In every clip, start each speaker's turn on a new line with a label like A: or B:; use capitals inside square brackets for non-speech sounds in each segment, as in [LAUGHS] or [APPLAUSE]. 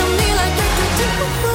A: on me like you could do.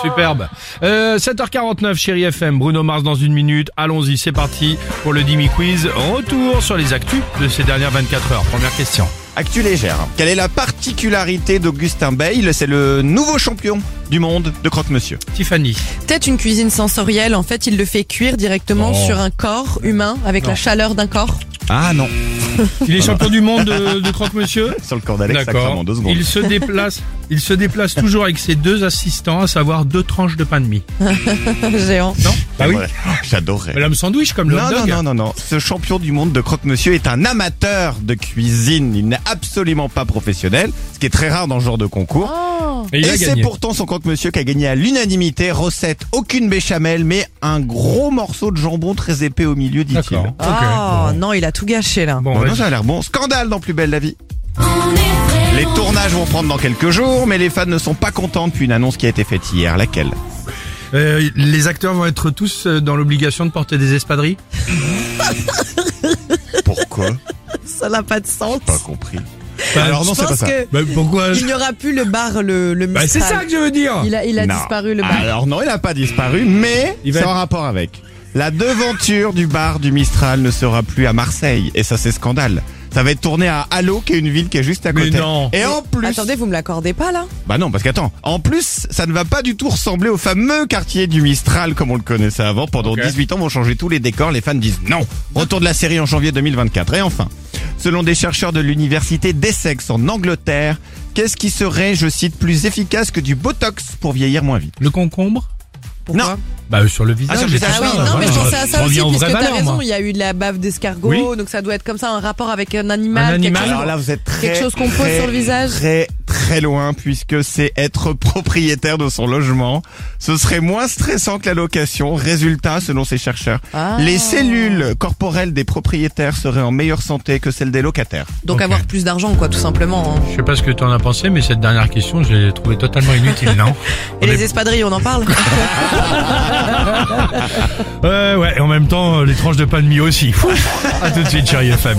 B: Superbe. Euh, 7h49, chérie FM. Bruno Mars dans une minute. Allons-y, c'est parti pour le Dimi Quiz. Retour sur les actus de ces dernières 24 heures. Première question.
C: Actu légère. Quelle est la particularité d'Augustin Bale C'est le nouveau champion du monde de croque-monsieur.
B: Tiffany.
D: Peut-être une cuisine sensorielle. En fait, il le fait cuire directement
B: Non.
D: sur un corps humain avec la chaleur d'un corps. [LAUGHS]
C: Ah non,
B: Il est champion du monde de, de croque-monsieur
C: sur le corps d'Alex, ça crame
B: D'accord.
C: en deux secondes.
B: Il se déplace, il se déplace toujours avec ses deux assistants, à savoir deux tranches de pain de mie.
D: Géant.
B: Non? Bah oui.
C: Ouais, J'adorais.
B: Mais l'homme sandwich comme le
C: Non,
B: hot
C: non,
B: dog.
C: non, non, non. Ce champion du monde de croque-monsieur est un amateur de cuisine. Il n'est absolument pas professionnel, ce qui est très rare dans ce genre de concours.
B: Et Ah. il a
C: Et c'est
B: gagné.
C: pourtant son croque-monsieur qui a gagné à l'unanimité. Recette, aucune béchamel, mais un gros morceau de jambon très épais au milieu, dit-il.
B: D'accord. Ok.
D: Oh non, il a tout gâché là.
B: Bon,
C: Bon, non,
B: vas-y.
C: ça a l'air bon. Scandale dans Plus Belle la Vie. Les tournages vont prendre dans quelques jours, mais les fans ne sont pas contents depuis une annonce qui a été faite hier. Laquelle
B: Euh, les acteurs vont être tous euh, dans l'obligation de porter des espadrilles. [LAUGHS]
C: Pourquoi
D: Ça n'a pas de sens.
C: Pas compris.
B: Bah,
C: Alors non,
D: Je
C: c'est pas
D: pense
C: ça.
D: que
B: Bah, pourquoi
D: il n'y aura plus le bar, le, le
B: Bah, c'est
D: Mistral.
B: ça que je veux dire. Ah,
D: Il a, il a
C: Non.
D: disparu le bar.
C: Alors non, il n'a pas disparu, mais
B: Il va
C: c'est
B: être-
C: en rapport avec. La devanture du bar du Mistral ne sera plus à Marseille, et ça c'est scandale. Ça va être tourné à Halo, qui est une ville qui est juste à
B: Mais
C: côté.
B: non.
C: Et en plus,
D: Attendez, vous me l'accordez pas là
C: bah non, parce qu'attends, en plus, ça ne va pas du tout ressembler au fameux quartier du Mistral comme on le connaissait avant. Pendant
B: Ok.
C: 18 ans, vont changer tous les décors. Les fans disent non. Retour de la série en janvier 2024. Et enfin, selon des chercheurs de l'université d'Essex en Angleterre, qu'est-ce qui serait, je cite, plus efficace que du Botox pour vieillir moins vite
B: Le concombre
D: Pourquoi
C: Non.
B: Bah euh, sur le visage.
C: sur le
B: j'ai
C: visage,
B: tout
D: Ah oui,
B: ça,
C: Ah,
D: non,
B: voilà.
D: mais je pensais à ça aussi,
B: reviens aux
D: puisque
B: vraies
D: t'as
B: valeurs,
D: raison,
B: moi.
D: il y a eu de la bave d'escargot,
B: Oui.
D: donc ça doit être comme ça, un rapport avec un animal.
B: Un
D: quelque
B: animal.
D: chose.
C: Alors là, vous êtes très,
D: Quelque chose qu'on pose
C: très,
D: sur le visage
C: Très, très loin, puisque c'est être propriétaire de son logement. Ce serait moins stressant que la location. Résultat, selon ces chercheurs,
D: Ah.
C: les cellules corporelles des propriétaires seraient en meilleure santé que celles des locataires.
D: Donc
B: Ok.
D: avoir plus d'argent, quoi, tout simplement. hein.
B: Je sais pas ce que t'en as pensé, mais cette dernière question, je l'ai trouvée totalement inutile, non On
D: Et les
B: est-
D: espadrilles, on
B: [LAUGHS]
D: en parle
B: Ouais, ouais, et en même temps, euh, les tranches de pain de mie aussi. à tout de suite, chérie FM.